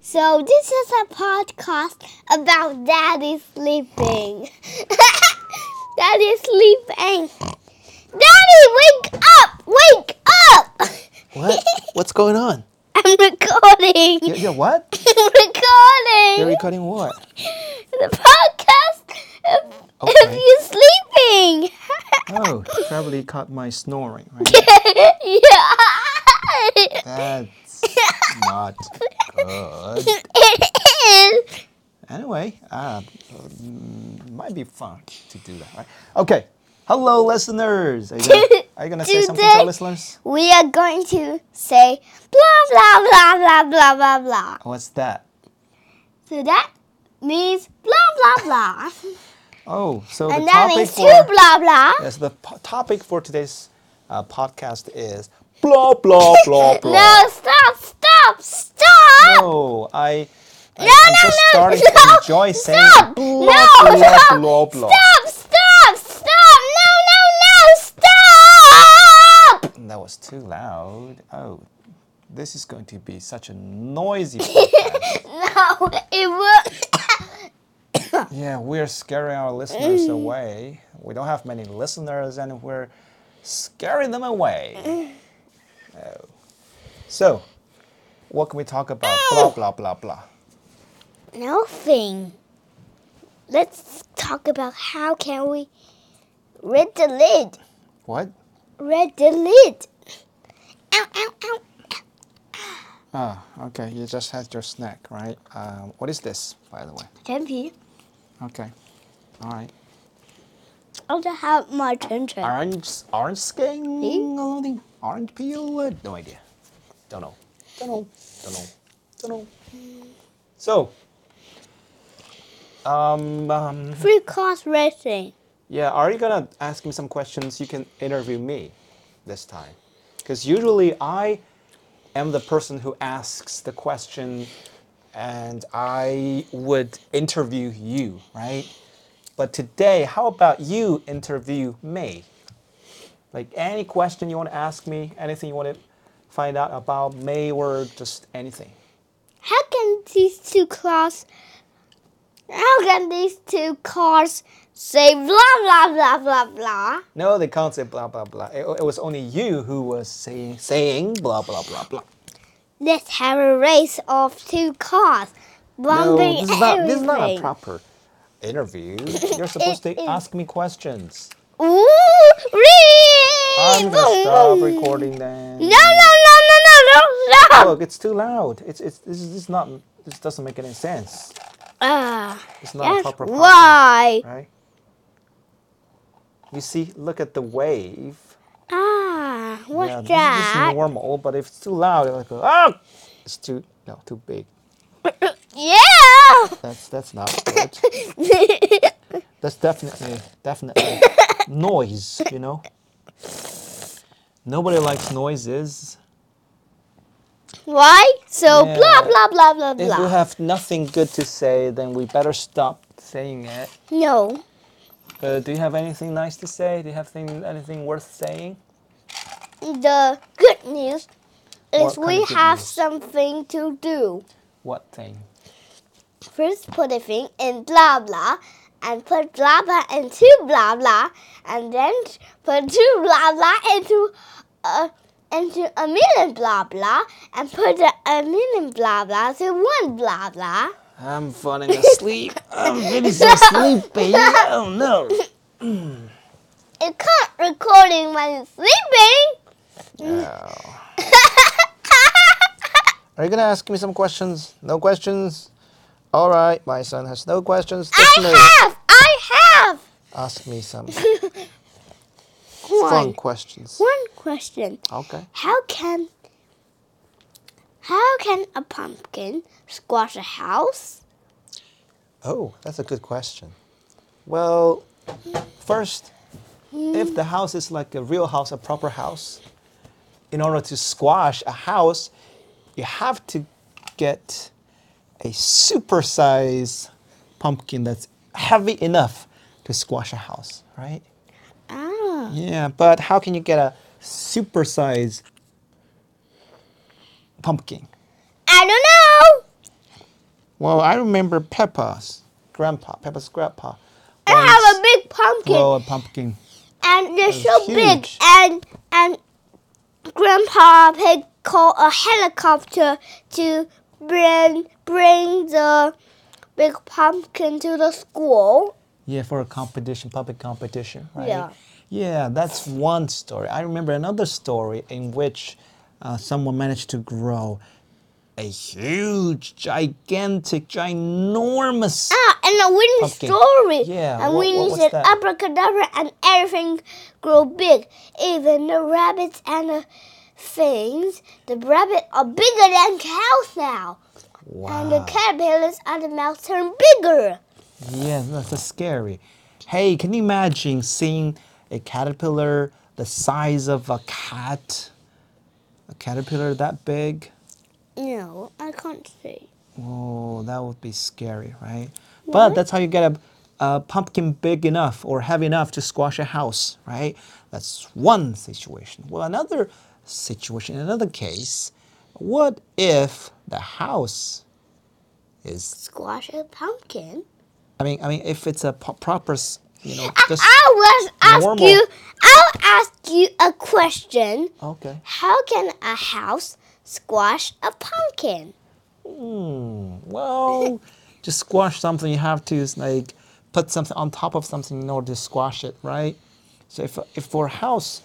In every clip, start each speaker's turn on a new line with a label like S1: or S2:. S1: So this is a podcast about daddy sleeping. daddy sleeping. Daddy, wake up! Wake up!
S2: What? What's going on?
S1: I'm recording.
S2: You're, you're what?
S1: I'm
S2: You're
S1: recording
S2: recording what?
S1: the podcast. If, if
S2: Okay.
S1: you're sleeping,
S2: Oh, you probably caught my snoring, right?
S1: yeah,
S2: That's not good.
S1: it is.
S2: Anyway, uh, mm, might be fun to do that, right? Okay. Hello, listeners. Are you gonna, are you gonna say something to
S1: Today-
S2: our listeners?
S1: We are going to say blah blah blah blah blah blah blah.
S2: What's that?
S1: So that means blah blah blah.
S2: Oh, so the
S1: and that
S2: topic
S1: means two
S2: for
S1: blah blah.
S2: yes, the po- topic for today's uh, podcast is blah blah blah blah.
S1: No, stop, stop, stop!
S2: No, I. I
S1: No,
S2: I'm
S1: no,
S2: just
S1: no,
S2: starting to
S1: stop,
S2: enjoy saying
S1: stop,
S2: blah,
S1: no,
S2: blah,
S1: stop,
S2: blah, blah.
S1: Stop, stop, stop! No, no, no, stop!
S2: That was too loud. Oh, this is going to be such a noisy podcast.
S1: No, it will.
S2: yeah, we're scaring our listeners
S1: Mm.
S2: away. We don't have many listeners, and we're scaring them away. Oh. So, what can we talk about? Blah
S1: Oh.
S2: blah blah blah.
S1: Nothing. Let's talk about how can we rid the lid.
S2: What?
S1: Rid the lid. Ow, ow, ow.
S2: Ah, okay. You just had your snack, right? Um, what is this, by the way?
S1: Tempe.
S2: Okay. All right.
S1: I want to have my attention.
S2: Orange, orange skin, or something? Orange peel? Uh, No idea. Don't know. Don't know. Don't know. Don't know. So, um, um,
S1: Free cost racing.
S2: yeah, are you gonna ask me some questions? You can interview me this time, because usually I am the person who asks the question, and I would interview you, right? But today, how about you interview me? Like any question you want to ask me, anything you want to find out about me, or just anything.
S1: How can these two cars? How can these two cars say blah blah blah blah blah?
S2: No, they can't say blah blah blah. It, it was only you who was saying saying blah blah blah blah.
S1: Let's have a race of two cars,
S2: No,
S1: bumping
S2: this is not, this is not a
S1: everything.
S2: proper interview. You're supposed to ask me questions.
S1: Ooh, race!
S2: I'm gonna stop recording then.
S1: No no no no no no stop!
S2: Look, it's too loud. It's it's this is this is not this doesn't make any sense.
S1: Ah,
S2: It's not a
S1: that's
S2: proper podcast,
S1: why.
S2: right? You see, look at the wave.
S1: Ah, what's
S2: yeah, this is
S1: that?
S2: just normal, but if it's too loud, you're like, ah, it's too no too big. That's that's not good.
S1: yeah.
S2: That's definitely, definitely noise, you know? Nobody likes noises.
S1: Why? So
S2: Yeah.
S1: blah blah blah blah
S2: If we
S1: blah.
S2: have nothing good to say, then we better stop saying it.
S1: no.
S2: Uh, do you have anything nice to say? Do you have thing, anything worth saying?
S1: The good news
S2: What
S1: is
S2: kind
S1: we
S2: of good
S1: have
S2: news?
S1: something to do.
S2: What thing?
S1: First put a thing in blah blah and put blah blah into blah blah and then put two blah blah into a into a million blah blah and put a, a million blah blah to one blah blah.
S2: I'm falling asleep. I'm getting so sleepy. Oh no.
S1: It can't recording when it's sleeping.
S2: Are you gonna ask me some questions? No questions? Alright, my son has no questions.
S1: I have I have
S2: Ask me some
S1: one
S2: questions.
S1: one question.
S2: Okay.
S1: How can how can a pumpkin squash a house?
S2: Oh, that's a good question. Well, first, if the house is like a real house, a proper house, in order to squash a house, you have to get a supersize pumpkin that's heavy enough to squash a house, right?
S1: Ah,
S2: Yeah, but how can you get a supersize pumpkin?
S1: I don't know.
S2: Well, I remember Peppa's grandpa, Peppa's grandpa.
S1: I have a big pumpkin,
S2: grow a pumpkin.
S1: and they're so big.
S2: huge.
S1: And and Grandpa Pig called a helicopter to bring bring the big pumpkin to the school.
S2: Yeah, for a competition, public competition, right?
S1: Yeah.
S2: Yeah, that's one story. I remember another story in which uh, someone managed to grow a huge, gigantic, ginormous.
S1: Ah, and a winning
S2: Pumpkin.
S1: story.
S2: Yeah,
S1: and
S2: what-
S1: Winnie
S2: what was
S1: said
S2: that?
S1: abracadabra, and everything grew big, even the rabbits and the things. The rabbits are bigger than cows now,
S2: Wow.
S1: and the caterpillars and the mouse turn bigger.
S2: Yeah, that's that's scary. Hey, can you imagine seeing a caterpillar the size of a cat? A caterpillar that big?
S1: No, I can't see.
S2: Oh, that would be scary, right? But that's how you get a, a pumpkin big enough or heavy enough to squash a house, right? That's one situation. Well, another situation, another case, what if the house is,
S1: Squash a pumpkin.
S2: I mean, I mean, if it's a po- proper, s- you know, just,
S1: I was ask
S2: normal.
S1: you. I'll ask you a question.
S2: okay.
S1: How can a house squash a pumpkin?
S2: Well, just squash something. You have to like put something on top of something in order to squash it, right? So if if for a house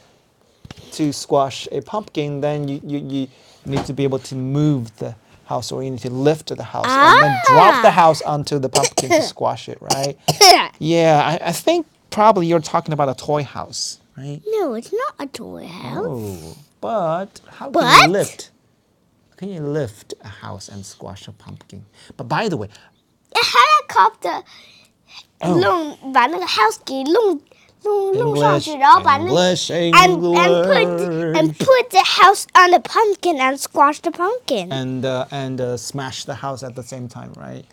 S2: to squash a pumpkin, then you, you, you need to be able to move the house or you need to lift the house and then drop the house onto the pumpkin to squash it, right? Yeah, I, I think probably you're talking about a toy house, right?
S1: no, it's not a toy house.
S2: Oh, but how
S1: But-
S2: can you lift? How Can you lift a house and squash a pumpkin? But by the way,
S1: 那
S2: Oh.
S1: helicopter 弄把那个 house 给弄弄弄上去，然后把那
S2: English,
S1: and and put
S2: English.
S1: and put the house on the pumpkin and squash the pumpkin.
S2: and uh, and uh, smash the house at the same time, right?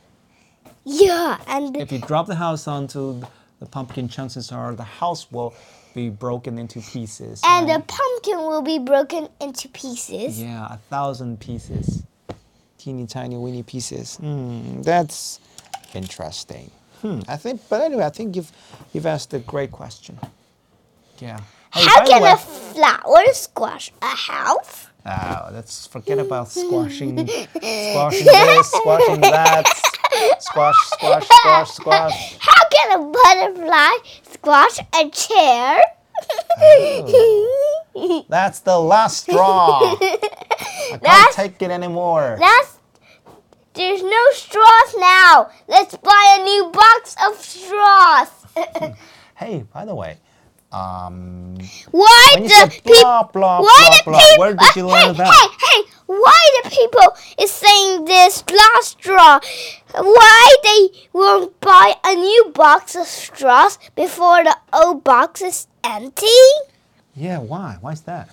S1: Yeah, and
S2: If you drop the house onto the pumpkin, chances are the house will be broken into pieces.
S1: and the
S2: right?
S1: pumpkin will be broken into pieces.
S2: um, yeah, a thousand pieces, teeny tiny weeny pieces. Hmm, that's interesting. Hmm, I think, but anyway, I think you've you've asked a great question. Yeah. Hey,
S1: How
S2: Oh, by the
S1: can
S2: way-
S1: a flower squash a house?
S2: Oh, let's forget about squashing, squashing this, squashing that, squash, squash, squash, squash.
S1: How can a butterfly squash a chair?
S2: That's the last straw. I can't
S1: That's-
S2: take it anymore.
S1: That's there's no straws now. Let's buy a new box of straws.
S2: Hey, by the way, um,
S1: why
S2: when you
S1: the
S2: said
S1: people?
S2: blah blah
S1: Why
S2: blah
S1: the
S2: blah,
S1: people?
S2: where did you
S1: hey,
S2: learn that?
S1: hey, hey! Why the people is saying this last straw? Why they won't buy a new box of straws before the old box is empty?
S2: Yeah, why? Why's that?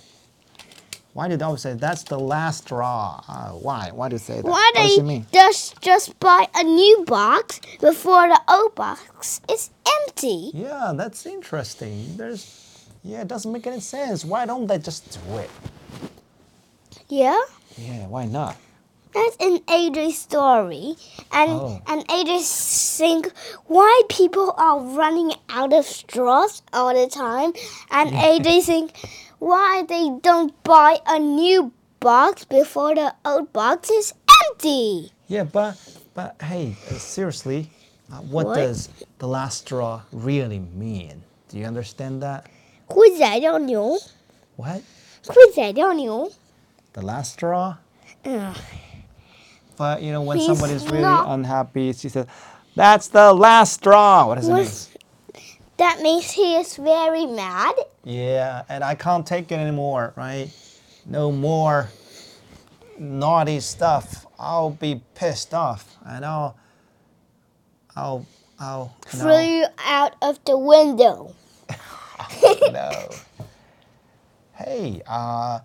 S2: Why did they always say that's the last straw? Uh, why? Why do you say that?
S1: Why
S2: what does it
S1: they
S2: mean?
S1: just just buy a new box before the old box is empty?
S2: Yeah, that's interesting. There's, yeah, it doesn't make any sense. Why don't they just do it?
S1: Yeah.
S2: Yeah, why not?
S1: That's an AJ story, and
S2: Oh.
S1: and AJ think why people are running out of straws all the time, and AJ think why they don't buy a new box before the old box is empty.
S2: Yeah, but but hey, uh, seriously, uh, what,
S1: What?
S2: does the last straw really mean? Do you understand that?
S1: 会宰掉牛，
S2: What?
S1: 会宰掉牛。
S2: The last straw?
S1: Ugh.
S2: But you know, when
S1: Please
S2: somebody's really
S1: no.
S2: unhappy, she says, "That's the last straw." What does
S1: What's- That means he is very mad.
S2: it mean? Yeah, and I can't take it anymore, right? No more naughty stuff. I'll be pissed off, and I'll, I'll, I'll. no.
S1: Threw you out of the window.
S2: no. Hey, uh,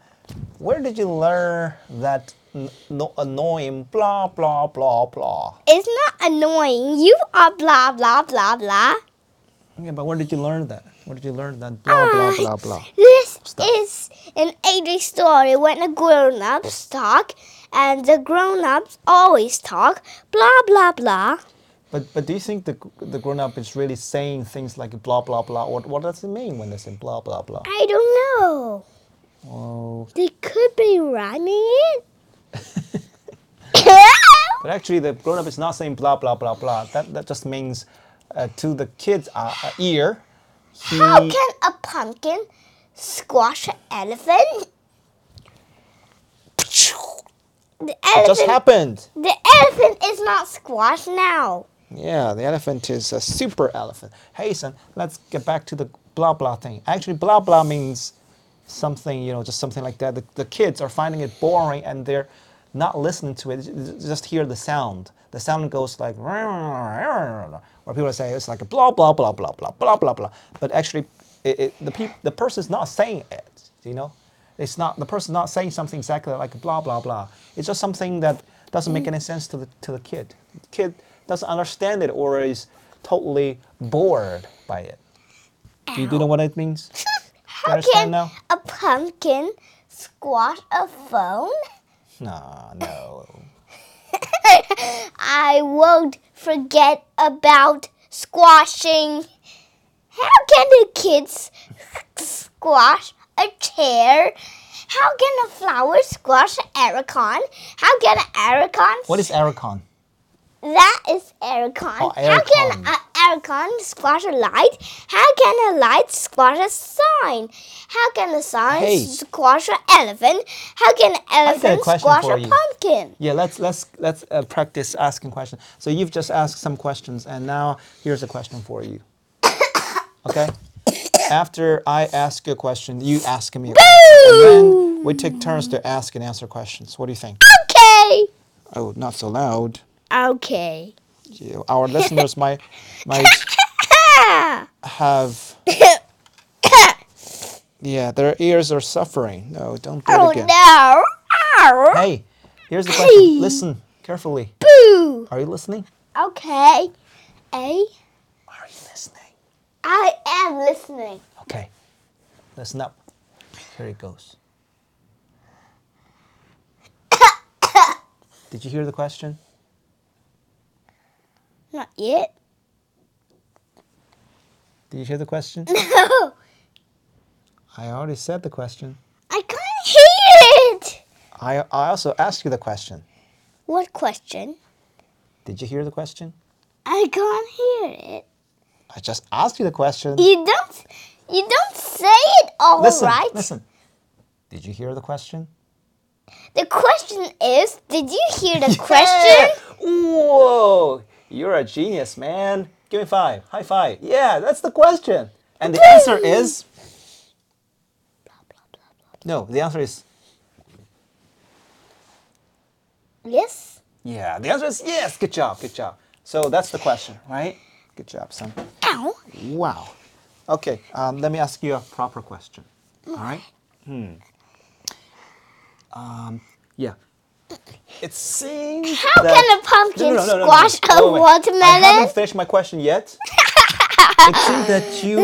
S2: where did you learn that n- no- annoying blah blah blah blah?
S1: It's not annoying. You are blah blah blah blah.
S2: Yeah, but where did you learn that? Where did you learn that blah blah
S1: Ah,
S2: blah blah?
S1: This
S2: Stop. Oh.
S1: is an AJ story when the grown ups talk and the grown-ups always talk blah blah blah.
S2: But but do you think the the grown up is really saying things like blah blah blah? What what does it mean when they say blah blah blah?
S1: I don't know.
S2: Oh,
S1: They could be rhyming it.
S2: but actually the grown up is not saying blah blah blah blah. That that just means uh, to the kid's uh, uh, ear, he
S1: How can a pumpkin squash an elephant? The
S2: it just
S1: elephant,
S2: happened.
S1: the elephant is not squashed now.
S2: Yeah, the elephant is a super elephant. Hey son, let's get back to the blah blah thing. Actually, blah blah means something you know, just something like that. The, the kids are finding it boring and they're not listening to it. They Just hear the sound. The sound goes like or people say it's like a blah blah blah blah blah blah blah blah. But actually, it, it, the peop, the person's not saying it. You know, it's not the person's not saying something exactly like blah blah blah. It's just something that doesn't make any sense to the to the kid. The kid doesn't understand it or is totally bored by it. Do you, do you know what it means? You
S1: How
S2: understand
S1: can
S2: now?
S1: a pumpkin squash a phone?
S2: No, no.
S1: I won't forget about squashing. How can the kids squash a chair? How can a flower squash an aircon? How can an aircon?
S2: What is Ericon?
S1: That is aircon.
S2: Oh,
S1: How can
S2: aircon.
S1: an aircon squash a light? How can a light squash a sign? How can a sign
S2: Hey.
S1: squash an elephant? How can an
S2: got a
S1: elephant
S2: question
S1: squash
S2: for
S1: a
S2: you.
S1: pumpkin?
S2: Yeah, let's let's let's uh, practice asking questions. So you've just asked some questions, and now here's a question for you. Okay. After I ask you a question, you ask me a question, and then we take turns to ask and answer questions. What do you think?
S1: Okay.
S2: Oh, not so loud.
S1: Okay.
S2: You- Our listeners might might have. Yeah, their ears are suffering. No, don't do it
S1: Oh
S2: again.
S1: no! Ow!
S2: Hey, here's the question. Listen carefully.
S1: Boo!
S2: Are you listening?
S1: Okay. A.
S2: Are you listening?
S1: I am listening.
S2: Okay, listen up. Here it goes. Did you hear the question?
S1: Not yet.
S2: Did you hear the question?
S1: No,
S2: I already said the question.
S1: I can't hear it.
S2: I, I also asked you the question.
S1: What question?
S2: Did you hear the question?
S1: I can't hear it.
S2: I just asked you the question.
S1: You don't. You don't say it all right.
S2: listen, listen. Did you hear the question?
S1: The question is, did you hear the question?
S2: Whoa! You're a genius, man. Give me five. High five. Yeah, that's the question. And the answer is. No, the answer is.
S1: Yes.
S2: Yeah, the answer is yes. Good job, good job. So that's the question, right? Good job, son.
S1: Ow.
S2: Wow. Okay, um, let me ask you a proper question. All right? Hmm. Um, yeah. It seems.
S1: How
S2: that-
S1: can a pumpkin squash a
S2: Wait, wait, I
S1: watermelon?
S2: haven't finished my question yet. it seems that you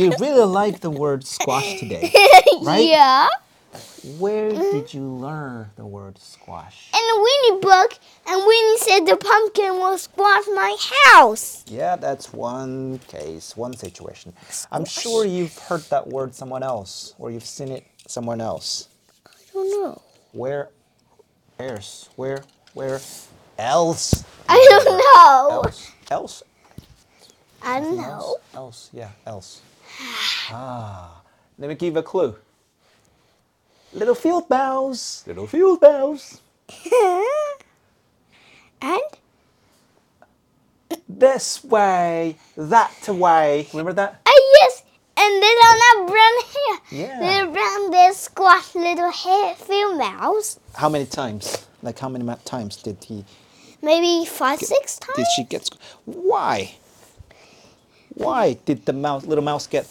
S2: you really like the word squash today, right?
S1: Yeah.
S2: Where did you learn the word squash?
S1: In the Winnie book, and Winnie said the pumpkin will squash my house.
S2: Yeah, that's one case, one situation. I'm sure you've heard that word someone else, or you've seen it someone else.
S1: I don't know.
S2: Where else? Where? Where else?
S1: I don't know.
S2: Else? Else?
S1: I don't know.
S2: Else? Else? Yeah, else. Ah, let me give you a clue. Little field mouse. Little field mouse.
S1: and
S2: This way, that way. Remember that?
S1: ah yes, and little not brown hair.
S2: Yeah.
S1: Little brown there squash little hair field mouse.
S2: How many times? Like how many ma- times did he?
S1: Maybe five, six times.
S2: Did she get? sc- Why? Why did the mouse, little mouse, get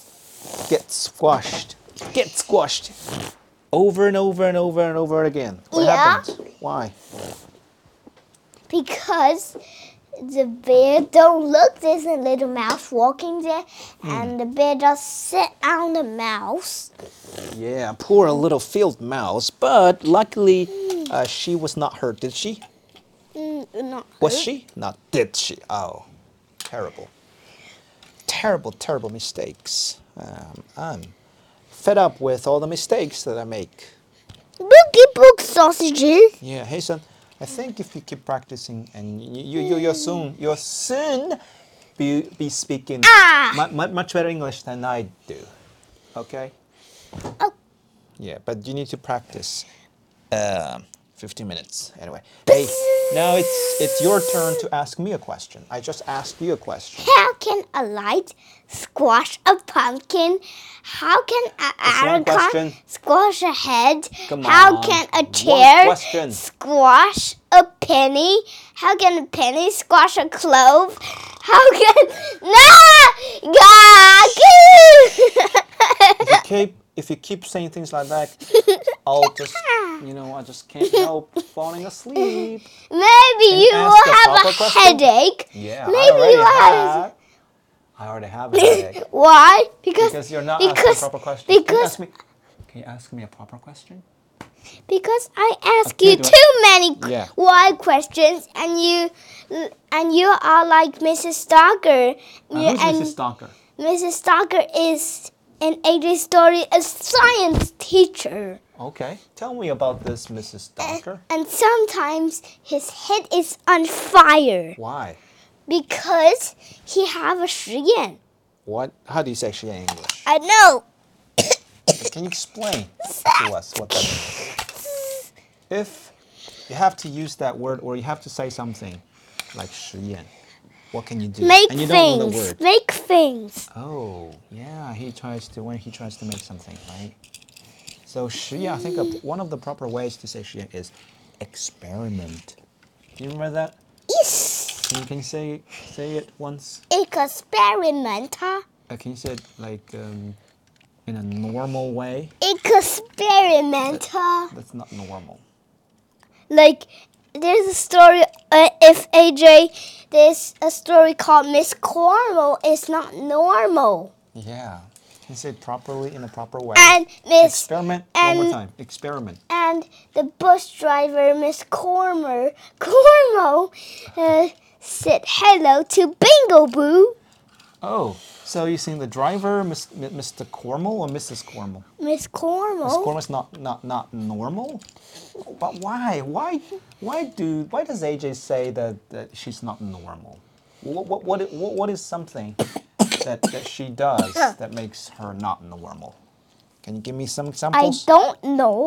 S2: get squashed? Get squashed over and over and over and over again. What
S1: Yeah.
S2: happened? Why?
S1: Because the bear don't look. There's a little mouse walking there,
S2: Hmm.
S1: and the bear just sit on the mouse.
S2: Yeah, poor little field mouse. But luckily, Uh, she was not hurt, did she?
S1: Mm, not
S2: Was
S1: hurt.
S2: she? Not did she? Oh, terrible, terrible, terrible mistakes. Um, I'm fed up with all the mistakes that I make.
S1: Boogie book sausages.
S2: Yeah, hey son, I think if you keep practicing and you you you you'll soon you'll soon be be speaking
S1: Ah.
S2: mu- mu- much better English than I do. Okay.
S1: Oh,
S2: Yeah, but you need to practice. Um, 15 minutes anyway. Hey, now it's it's your turn to ask me a question. I just asked you a question.
S1: how can a light squash a pumpkin? How can an
S2: That's one
S1: anaconda
S2: question.
S1: squash a head?
S2: Come
S1: how
S2: on,
S1: can a
S2: one
S1: chair
S2: question.
S1: squash a penny? How can a penny squash a clove? How can no? God!
S2: If you keep if you keep saying things like that, I'll just you know I just can't help falling asleep.
S1: Maybe
S2: Can
S1: you
S2: you ask
S1: will
S2: the
S1: have a
S2: proper question?
S1: headache.
S2: Yeah, I
S1: Maybe
S2: already
S1: you will have.
S2: have. I already have a headache.
S1: Why? Because
S2: Because you're not asking
S1: because,
S2: proper questions. can you
S1: Because
S2: ask me? Can you ask me a proper question?
S1: because I ask
S2: Okay,
S1: you
S2: do I-
S1: too many qu-
S2: Yeah.
S1: why questions, and you and you are like Mrs. Stalker. You-
S2: Uh, who's
S1: and
S2: Mrs. Stalker?
S1: Mrs. Stalker is in AJ Story a science teacher,
S2: Okay, tell me about this Mrs. Stalker.
S1: and sometimes his head is on fire
S2: Why?
S1: because he have a 实验.
S2: What? How do you say she in English?
S1: I know.
S2: Can you explain to us what that means? If you have to use that word or you have to say something like 实验, what can you do?
S1: Make
S2: and you don't know the
S1: things.
S2: word.
S1: Make things.
S2: Oh, yeah, he tries to, when he tries to make something, right? So 实验, I think of one of the proper ways to say 实验 is experiment. Do you remember that?
S1: Yes.
S2: Can you, can you say, say it once?
S1: Experiment, huh?
S2: Uh, can you say it like um, in a normal way?
S1: Experiment, huh?
S2: That's not normal.
S1: like there's a story uh, if AJ there's a story called Miss Cornwall is not normal
S2: Yeah. Can you say it properly in a proper way?
S1: and Miss
S2: Experiment one
S1: and-
S2: more time. Experiment.
S1: and the bus driver Miss Cormer Cornwall uh, said hello to Bingo Boo
S2: Oh, so you sing the driver, Miss, Mi- Mr. Cormel or Mrs. Cormel?
S1: Miss
S2: Miss
S1: Cornwall
S2: Cormel's not, not not normal. But why? Why? Why do? Why does AJ say that, that she's not normal? What what what, i- what, what is something that, that she does that makes her not normal? Can you give me some
S1: I
S2: examples?
S1: don't know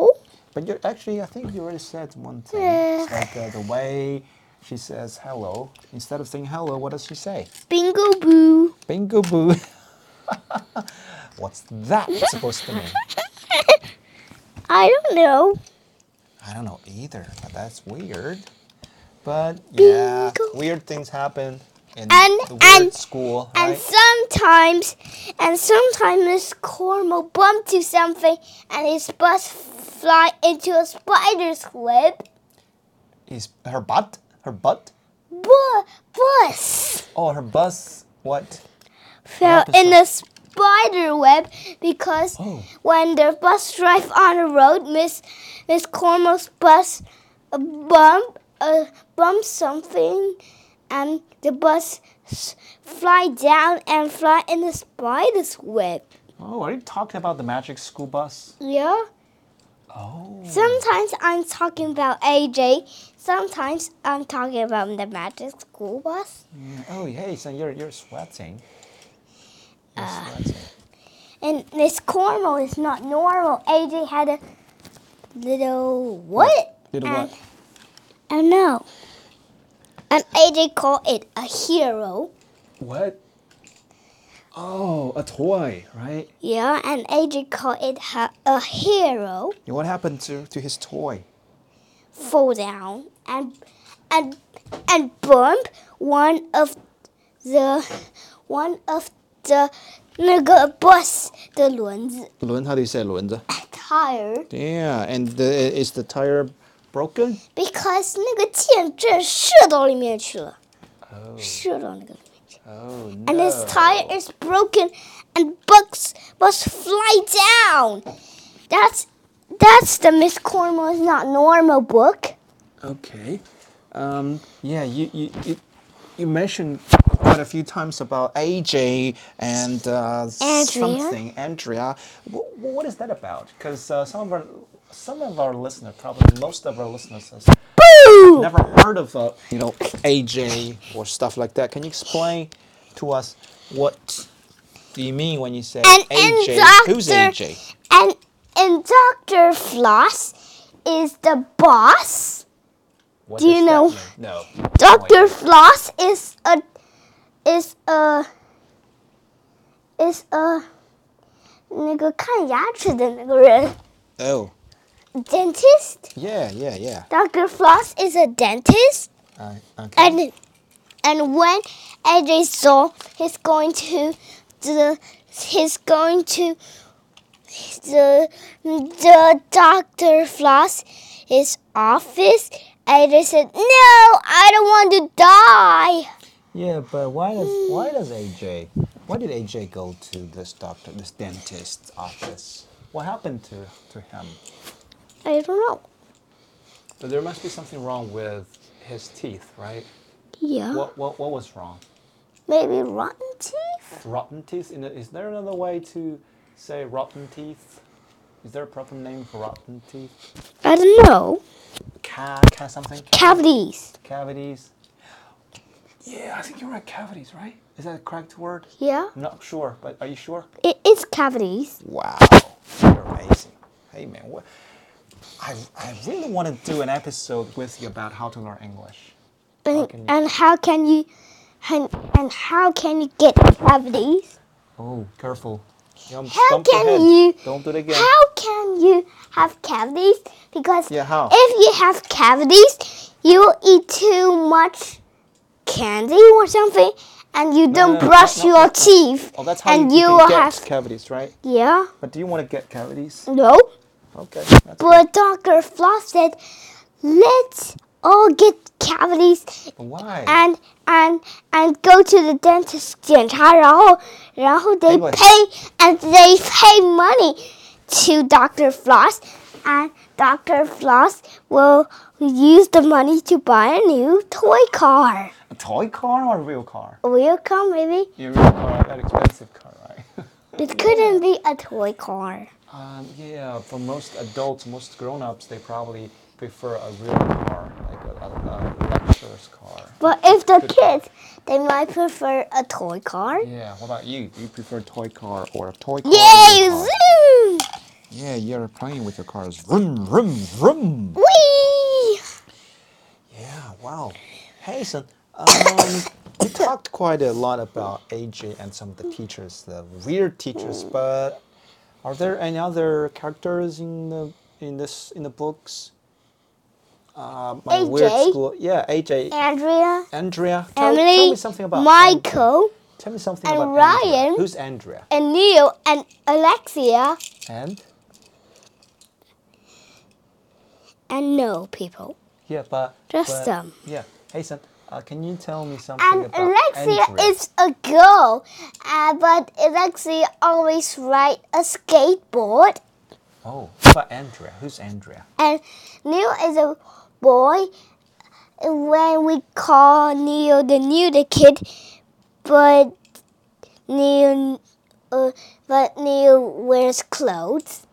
S2: But you actually, I think you already said one thing.
S1: Yeah.
S2: It's like uh, the way she says hello, instead of saying hello, what does she say?
S1: Bingo Boo
S2: Bingo boo. What's that supposed to mean?
S1: I don't know
S2: I don't know either, but that's weird. But yeah,
S1: Bingo.
S2: weird things happen in
S1: And-
S2: the weird
S1: and-
S2: school, right?
S1: And sometimes, and sometimes Miss Cornwall bumped to something, and his bus fly into a spider's web.
S2: Is her butt? Her butt?
S1: Bu- bus
S2: Oh, her bus. What?
S1: fell
S2: happened
S1: in the spider web because
S2: Oh.
S1: when the bus drive on the road, Miss Miss Cornwall's bus uh, bump uh, bumped something, and the bus s- fly down and fly in the spider's web.
S2: Oh, are you talking about the magic school bus?
S1: Yeah.
S2: Oh.
S1: Sometimes I'm talking about AJ. Sometimes I'm talking about the magic school bus.
S2: Oh, hey, son, you're, you're sweating. You're
S1: Uh,
S2: sweating.
S1: And Miss Cornwall is not normal. AJ had a little what?
S2: Little
S1: and,
S2: what?
S1: I don't know. And AJ called it a hero.
S2: What? Oh, a toy, right?
S1: Yeah, and AJ called it ha- a hero.
S2: Yeah, what happened to, to his toy?
S1: Fall down and and and bump one of the one of the 那个 bus 的轮子
S2: 轮, how do you say 轮子?
S1: tire
S2: Yeah, and the, is the tire broken?
S1: because 那个箭正射到里面去了，
S2: Oh.
S1: 射到那个里面去。
S2: Oh, no.
S1: And his tire is broken and bugs must fly down. That's That's the Miss Cornwall is not normal book.
S2: Okay. Um, yeah, you, you, you, you mentioned quite a few times about AJ and uh,
S1: Andrea.
S2: something, Andrea. Wh- what is that about? Because uh, some of our some of our listeners, probably most of our listeners, has
S1: Boo!
S2: never heard of uh, you know AJ or stuff like that. Can you explain to us what do you mean when you say
S1: And- and
S2: AJ? Who's
S1: Dr.
S2: AJ?
S1: And and Dr. Floss is the boss.
S2: What
S1: do you
S2: does that
S1: know-
S2: mean? No.
S1: Dr. Floss is a is a is a 那个看牙齿的那个人
S2: Oh,
S1: dentist.
S2: yeah, yeah, yeah.
S1: Dr. Floss is a dentist,
S2: Uh, okay.
S1: and and when AJ saw he's going to the he's going to the the Dr. Floss his office. AJ said, "No, I don't want to die."
S2: Yeah, but why does why does AJ why did AJ go to this doctor this dentist's office? What happened to to him?
S1: I don't know.
S2: There must be something wrong with his teeth, right?
S1: Yeah.
S2: What what what was wrong?
S1: Maybe rotten teeth?
S2: Rotten teeth? In the- Is there another way to say rotten teeth? Is there a proper name for rotten teeth?
S1: I don't know.
S2: Ca ca something?
S1: Cavities.
S2: Cavities. Yeah, I think you're right. Cavities, right? Is that a correct word?
S1: Yeah.
S2: I'm not sure, but are you sure?
S1: It, it's cavities.
S2: Wow, you're amazing. Hey man, what? I, I really want to do an episode with you about how to learn English.
S1: And,
S2: can you-
S1: and how can you and, and how can you get cavities?
S2: Oh, careful. You almost
S1: How
S2: bumped your
S1: can
S2: head.
S1: you-
S2: Don't do it again.
S1: How can you have cavities? Because
S2: Yeah, how?
S1: if you have cavities, you eat too much candy or something and you don't
S2: no, no,
S1: brush
S2: no, no,
S1: your teeth
S2: Oh, that's how
S1: and
S2: you,
S1: you
S2: can
S1: will
S2: get
S1: have
S2: cavities, right?
S1: yeah.
S2: But do you want to get cavities?
S1: No.
S2: Okay. That's good.
S1: But Dr. Floss said, let's all get cavities
S2: But why?
S1: and and and go to the dentist 检查，然后然后 they
S2: English.
S1: pay and they pay money to Dr. Floss and Dr. Floss will use the money to buy a new toy car.
S2: a toy car or a real car?
S1: A real car maybe?
S2: Yeah, real car, that expensive car, right?
S1: It couldn't be a toy car.
S2: Um, yeah, for most adults, most grown-ups, they probably prefer a real car, like a, a, a lecturer's car.
S1: But if the
S2: Good car.
S1: kids they might prefer a toy car.
S2: Yeah, what about you? Do you prefer toy car or a toy car? or
S1: Yay!
S2: your car?
S1: Zoom!
S2: Yeah, you're playing with your cars. Vroom, vroom, vroom.
S1: Whee!
S2: Yeah, wow. Hey, son, um, you talked quite a lot about AJ and some of the teachers, the weird teachers, but are there any other characters in the in this in the books? Um, a weird
S1: AJ.
S2: school. Yeah, AJ.
S1: Andrea,
S2: Andrea. Tell,
S1: Emily,
S2: tell me something about Andrea.
S1: Michael,
S2: Tell me something
S1: and
S2: about Andrea.
S1: Ryan.
S2: Who's Andrea?
S1: and Neil, and Alexia,
S2: And
S1: and no people.
S2: Yeah, but
S1: Just
S2: but-
S1: some.
S2: Yeah, hey son, uh, can you tell me something
S1: And
S2: about
S1: Alexia
S2: Andrea?
S1: is a girl, uh, but Alexia always ride a skateboard,
S2: Oh, what about Andrea? Who's Andrea?
S1: and Neil is a boy. When we call Neil the new the kid, but Neil, uh, but Neil wears clothes.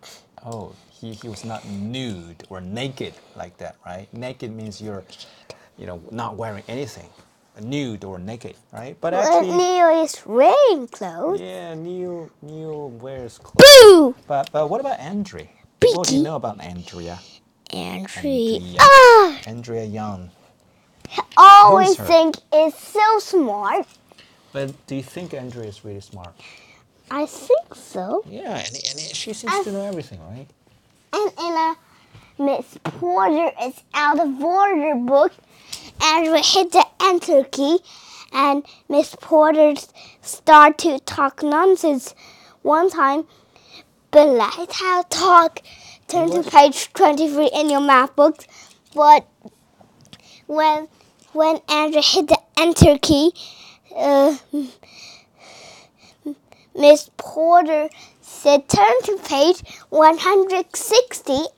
S2: Oh, he, he was not nude or naked like that, right? Naked means you're, you know, not wearing anything, nude or naked, right? But
S1: But
S2: actually,
S1: Neil is wearing clothes.
S2: yeah, Neil Neil wears clothes.
S1: Boo!
S2: But but what about Andrea? What do you
S1: Beaky.
S2: know about Andrea?
S1: And she
S2: Andrea.
S1: ah,
S2: Andrea Young.
S1: always
S2: Who's her?
S1: think is so smart.
S2: But do you think Andrea is really smart?
S1: I think so.
S2: Yeah, and, and she seems to know everything, right?
S1: And in a Miss Porter is out of order book, and we hit the enter key, and Miss Porter start to talk nonsense. One time, but let her talk. Turn to page twenty-three in your math book, but when when Andrew hit the enter key, uh, Miss Porter So turn to page 160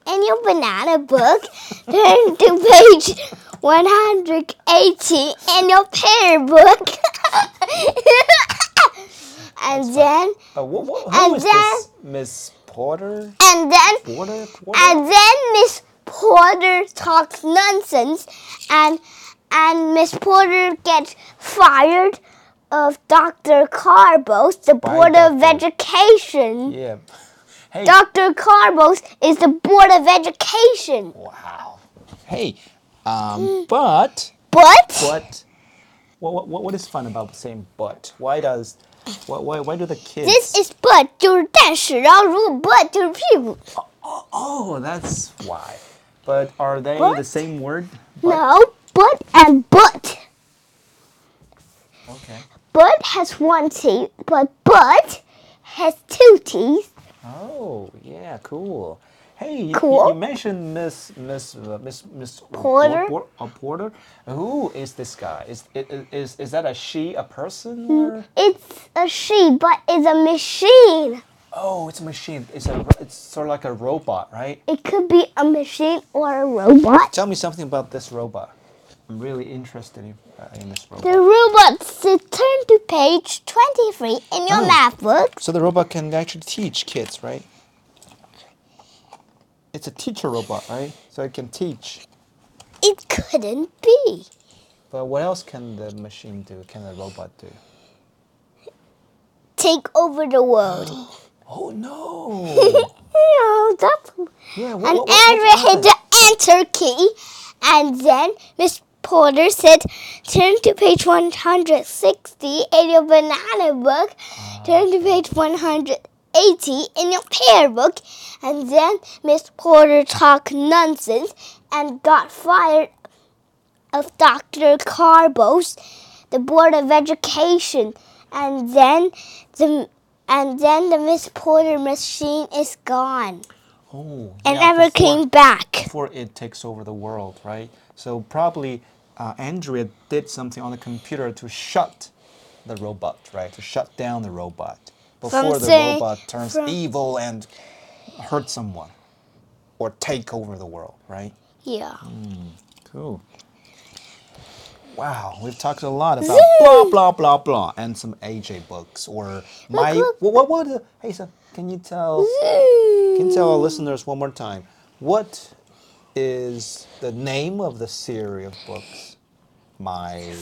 S1: in your banana book. turn to page 180 in your pear book. and then,
S2: Uh, wh- wh-
S1: And
S2: who is
S1: then-
S2: this? Miss Porter?
S1: and then,
S2: Porter? Porter?
S1: and then Miss Porter talks nonsense, and and Miss Porter gets fired of Dr. Carbos, the
S2: By
S1: Board of
S2: Dr..
S1: Education.
S2: yeah. Hey.
S1: Dr. Carbos is the Board of Education.
S2: Wow. Hey. Um, but
S1: But,
S2: but what, what what is fun about saying but? Why does why why, why do the kids?
S1: this is but 就是但是，然后如果but就是屁股。
S2: oh, that's why. But are they the
S1: But?
S2: same word?
S1: No, but and but.
S2: Okay.
S1: But has one teeth, but but has two teeth.
S2: Oh yeah, cool. Hey, you- you,
S1: Cool.
S2: you mentioned Miss Miss uh, Miss Miss
S1: Porter?
S2: Por- Por- uh, Porter. Who is this guy? Is i- i- is is that a she, a person? Or?
S1: It's a she, but it's a machine.
S2: Oh, it's a machine. It's a it's sort of like a robot, right?
S1: It could be a machine or a robot.
S2: Tell me something about this robot. I'm really interested in, uh, in this robot.
S1: The robot so turn to page 23 in your
S2: Oh.
S1: math book.
S2: So the robot can actually teach kids, right? It's a teacher robot, right? So it can teach.
S1: It couldn't be.
S2: But what else can the machine do? Can the robot do?
S1: Take over the world.
S2: Oh
S1: 哎
S2: no!
S1: No, that's
S2: yeah, what,
S1: and
S2: what- what-
S1: Andrea hit
S2: what happened?
S1: the enter key, and then Miss Porter said, "Turn to page 160 in your banana book.
S2: Oh,
S1: Turn to page 180 in your pear book." And then Miss Porter talked nonsense and got fired of Dr. Carbos, the Board of Education, and then the and then the Miss Porter machine is gone
S2: Oh,
S1: and
S2: yeah,
S1: never
S2: before-
S1: came back.
S2: Before it takes over the world, right? So probably uh, Andrea did something on the computer to shut the robot, right? To shut down the robot before the
S1: say-
S2: robot turns
S1: from-
S2: evil and hurts someone or take over the world, right?
S1: Yeah.
S2: Cool. Wow, we've talked a lot about blah blah blah blah and some AJ books or my
S1: look.
S2: what what, what are the- hey so can you tell can you tell our listeners one more time what is the name of the series of books? My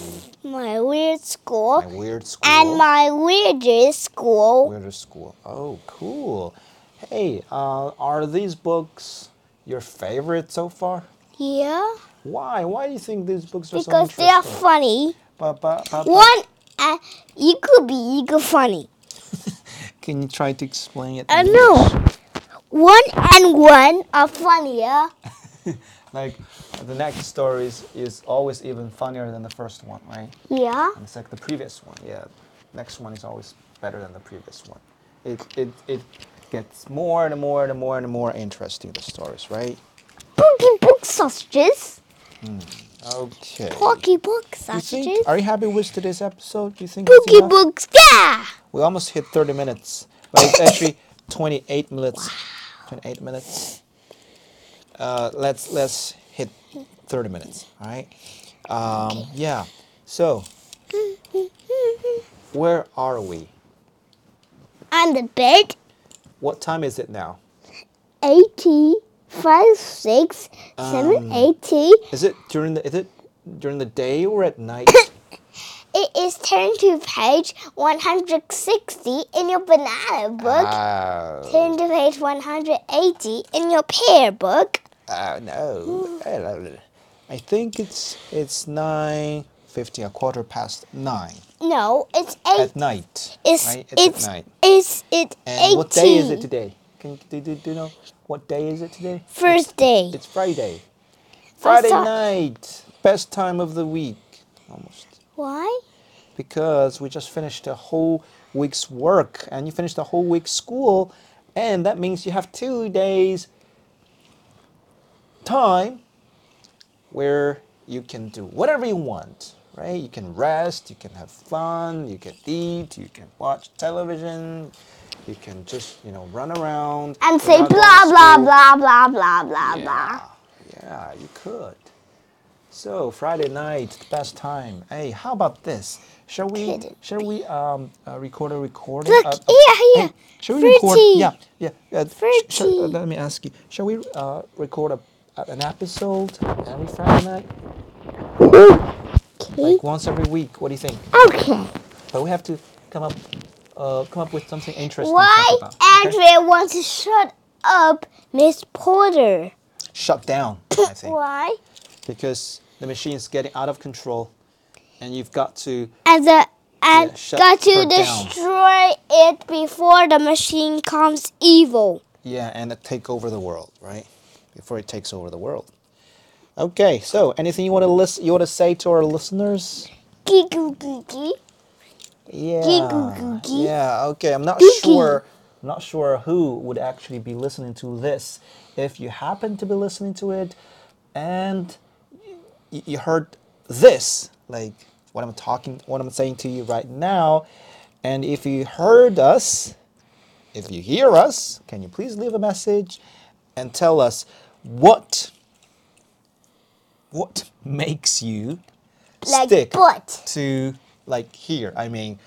S1: My weird school
S2: my weird school
S1: and my weirdest school.
S2: weirder school. Oh, cool. Hey, uh, are these books your favorite so far?
S1: Yeah.
S2: Why? Why do you think these books are
S1: Because
S2: so
S1: they are
S2: interesting?
S1: funny.
S2: Ba- ba- ba- ba-
S1: One, uh, you could be you could funny.
S2: Can you try to explain it?
S1: Uh,
S2: in
S1: no.
S2: English?
S1: One and one are funnier.
S2: Like the next story is, is always even funnier than the first one, right?
S1: Yeah.
S2: And it's like the previous one. Yeah, next one is always better than the previous one. It it it gets more and more and more and more interesting. The stories, right?
S1: Porky pork sausages.
S2: Okay.
S1: Porky pork
S2: You think-
S1: sausages.
S2: are you happy with today's episode? Do you think it's
S1: Porky
S2: enough?
S1: pork ska.
S2: we almost hit 30 minutes, but it's actually 28 minutes. 28 minutes. Uh, let's let's hit 30 minutes. All right. Um, yeah. So where are we?
S1: On the bed.
S2: What time is it now?
S1: 80, 5, 6, 7,
S2: Um,
S1: 80.
S2: Is it during the is it during the day or at night?
S1: It is turn to page 160 in your banana book.
S2: Oh,
S1: turn to page 180 in your pear book.
S2: oh no. I think it's it's nine fifty, a quarter past nine
S1: No, it's 8.
S2: at night.
S1: it's
S2: right? It's,
S1: it's
S2: at night.
S1: it's it 18.
S2: And what day is it today? Can do, do, do you know what day is it today?
S1: First day.
S2: It's Friday. Friday
S1: saw-
S2: night, best time of the week, almost
S1: Why?
S2: because we just finished a whole week's work and you finished a whole week's school, and that means you have two days time where you can do whatever you want, right? You can rest, you can have fun, you can eat, you can watch television, You can just, you know, run around
S1: and say
S2: without going
S1: blah
S2: to
S1: blah
S2: school.
S1: blah blah blah blah blah.
S2: Yeah, Uh, yeah, you could. So Friday night, the best time. Hey, how about this? Shall we?
S1: Couldn't
S2: Shall we um uh, record a recording?
S1: Look
S2: Uh, uh,
S1: here, here.
S2: hey, shall we record?
S1: Fruity.
S2: Yeah, yeah. Uh, sh- sh- uh,
S1: Fruity.
S2: let me ask you. Shall we uh, record a, a- an episode every Friday night,
S1: Okay.
S2: like once every week? What do you think?
S1: Okay.
S2: But we have to come up, uh, come up with something interesting
S1: Why
S2: to talk about. okay?
S1: Andrea wants to shut up Miss Porter?
S2: Shut down. I think
S1: Why?
S2: because the machine's getting out of control, and you've got to.
S1: And the and
S2: Yeah, shut
S1: got
S2: her
S1: to
S2: down.
S1: destroy it before the machine comes evil.
S2: Yeah, and take over the world, right? Before it takes over the world. Okay, so anything you want to list, you want to say to our listeners?
S1: Giggle giggle.
S2: Yeah.
S1: Giggle, googie.
S2: Yeah. Okay. I'm not
S1: Googie.
S2: sure. I'm not sure who would actually be listening to this. If you happen to be listening to it, and y- you heard this, like what I'm talking, what I'm saying to you right now, and if you heard us, if you hear us, can you please leave a message and tell us what what makes you
S1: Like
S2: stick
S1: butt.
S2: to like here? I mean,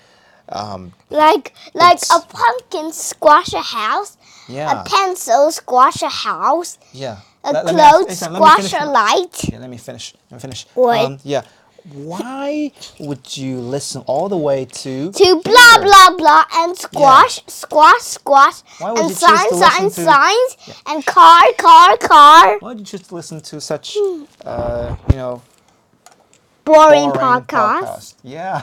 S2: um,
S1: Like like
S2: It's-
S1: a pumpkin squash a house.
S2: Yeah.
S1: A pencil squash a house.
S2: yeah.
S1: A
S2: Let- let me ask-
S1: clothes
S2: Ethan, let me
S1: squash
S2: finish
S1: a
S2: my-
S1: light.
S2: Okay, let me finish. Let me finish. Um,
S1: What?
S2: yeah. Why would you listen all the way to
S1: to blah
S2: here?
S1: blah blah and squash squash squash
S2: Why would
S1: and
S2: you choose to
S1: signs
S2: listen
S1: signs
S2: to-
S1: signs and car car car
S2: Why did you just listen to such, uh, you know,
S1: Hmm. boring,
S2: boring
S1: podcast.
S2: podcast? Yeah.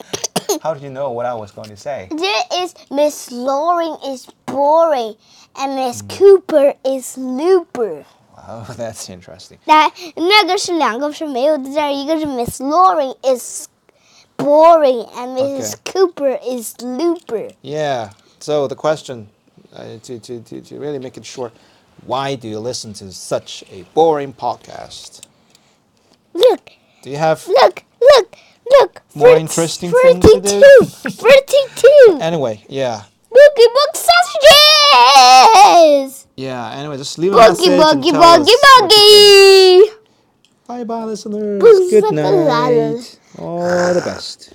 S2: How did you know what I was going to say?
S1: There is Miss Loring is boring and
S2: Hmm.
S1: Miss Cooper is looper.
S2: Oh, that's interesting.
S1: 那那个是两个是没有的字儿，一个是 Miss Loring is boring and Miss Cooper is looper.
S2: Yeah. So the question, uh, to, to, to, to really make it short, why do you listen to such a boring podcast?
S1: Look,
S2: Do you have?
S1: look, look, look.
S2: More
S1: 40
S2: interesting thing to do?
S1: 42, 42.
S2: Anyway, yeah,
S1: Boogie Book sausages!
S2: yeah. Anyway, just leave a message
S1: Boogie
S2: and
S1: Boogie
S2: tell us
S1: Boogie
S2: what you think.
S1: Boogie!
S2: Bye bye, listeners.
S1: Boots
S2: Good
S1: up the ladders.
S2: night. All the best.